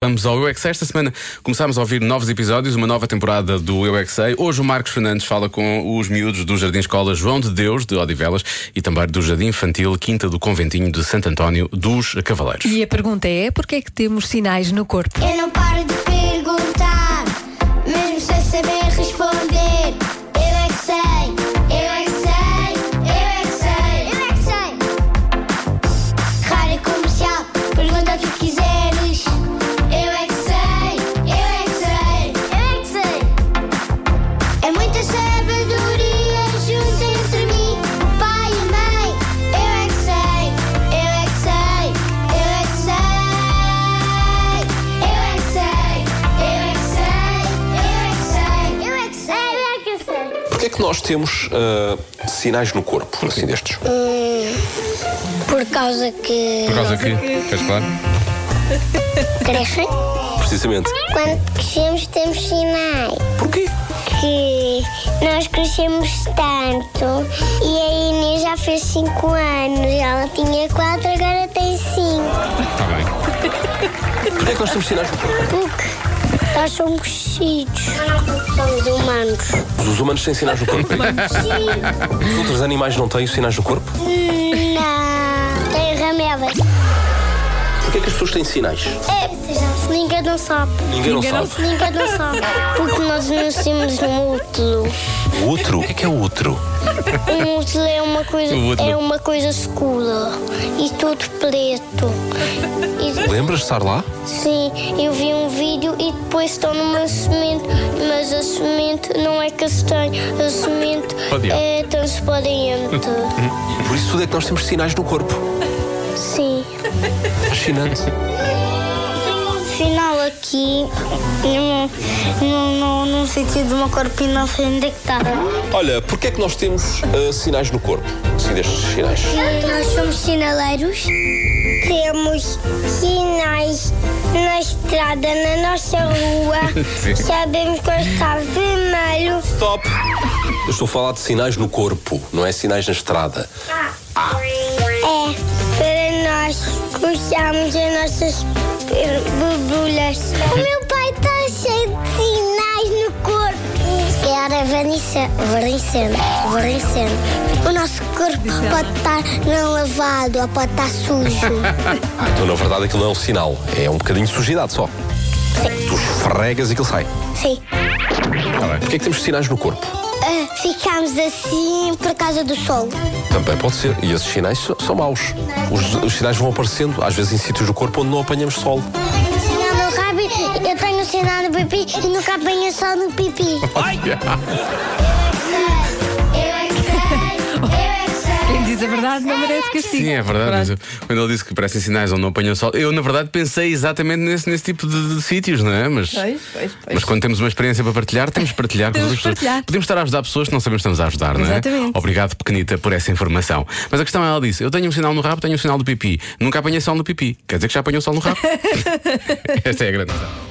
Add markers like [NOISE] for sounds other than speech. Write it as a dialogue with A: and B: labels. A: Vamos ao Eu é Que Sei. Esta semana começámos a ouvir novos episódios, uma nova temporada do Eu é Que Sei. Hoje o Marcos Fernandes fala com os miúdos do Jardim Escola João de Deus, de Odivelas, e também do Jardim Infantil Quinta do Conventinho de Santo António dos Cavaleiros.
B: E a pergunta é: porquê é que temos sinais no corpo?
C: Eu não paro de perguntar, mesmo sem saber responder. Eu é que sei, eu é que sei, eu é que sei, eu é que sei. Rádio comercial, pergunta o que quiseres. Eu é que sei, eu é que sei, eu é que sei. É muita sabedoria junto entre mim, o pai e a mãe. Eu é que sei, eu é que sei, eu é que sei. Eu é que sei, eu é que sei, eu é que sei. Eu é que sei, eu é que sei.
D: Porquê é que nós temos ah, sinais no corpo, assim destes?
C: Por causa que
A: Por causa que, fez claro?
C: crescem.
D: Precisamente.
C: Quando crescemos temos sinais.
D: Porquê?
C: que nós crescemos tanto e a Inês já fez 5 anos, ela tinha 4, agora tem 5.
A: Está bem.
D: Porquê é que nós temos sinais no corpo?
C: Porque nós somos crescidos. Somos humanos.
D: Os humanos têm sinais no corpo. Os outros animais não têm sinais no corpo?
C: Não. Tem ramelas.
D: Porquê é que as pessoas têm sinais?
C: É, ninguém não sabe.
D: Ninguém,
B: Ninguém
D: não
B: não
D: sabe.
C: Ninguém não sabe. Porque nós nascemos num útero.
D: O útero? O que é que é o útero?
C: Um útero é uma coisa,
A: O útero.
C: é uma coisa escura e tudo preto. E-
D: Lembras de estar lá?
C: Sim, eu vi um vídeo e depois estão numa semente, mas a semente não é castanho, a semente
A: Pode ir.
C: é transparente.
D: E por isso tudo é que nós temos sinais no corpo.
C: Sim.
D: Fascinante.
C: Afinal, aqui, num, num, num, num sentido de uma corpo e não sei onde é que está.
D: Olha, porquê é que nós temos ah, sinais no corpo? Assim destes sinais.
C: Nós somos sinaleiros. Temos sinais na estrada, na nossa rua.
A: Sim.
C: Sabemos quando está vermelho.
D: Stop! Eu estou a falar de sinais no corpo, não é sinais na estrada.
C: É, para nós puxarmos as nossas borbulhas. O meu pai está cheio de sinais no corpo. Se calhar é varicena. Varicena. O nosso corpo pode estar não lavado ou pode estar sujo.
D: Então, na verdade, aquilo não é um sinal. É um bocadinho de sujidade só. Tu esfregas e aquilo sai.
C: Sim.
D: Porquê é que temos sinais no corpo?
C: Ah, ficamos assim por causa do sol.
D: Também pode ser. E esses sinais so- são maus. Os, os sinais vão aparecendo, às vezes em sítios do corpo onde não apanhamos sol.
C: Tenho sinal no rabo, eu tenho sinal no pipi e nunca apanho sol no pipi. Eu é que sei, eu é que sei.
B: Quem diz a verdade não merece castigo.
A: Sim, é verdade. mas
B: Pronto.
A: eu- Quando ele disse que parecem sinais onde não apanham sol, eu na verdade pensei exatamente nesse, nesse tipo de, de sítios, não é? Mas,
B: Pois, pois, pois.
A: mas quando temos uma experiência para partilhar, temos de partilhar com as
B: [LAUGHS] Temos
A: outras
B: de partilhar.
A: pessoas. Podemos estar a ajudar pessoas que não sabemos que estamos a ajudar, não é?
B: Exatamente.
A: Obrigado, pequenita, por essa informação. Mas a questão é, ela disse: eu tenho um sinal no
B: [LAUGHS]
A: rabo, tenho um sinal do pipi. Nunca apanhei sol no pipi. Quer dizer que já apanhou sol no rabo? Esta é a grande. questão.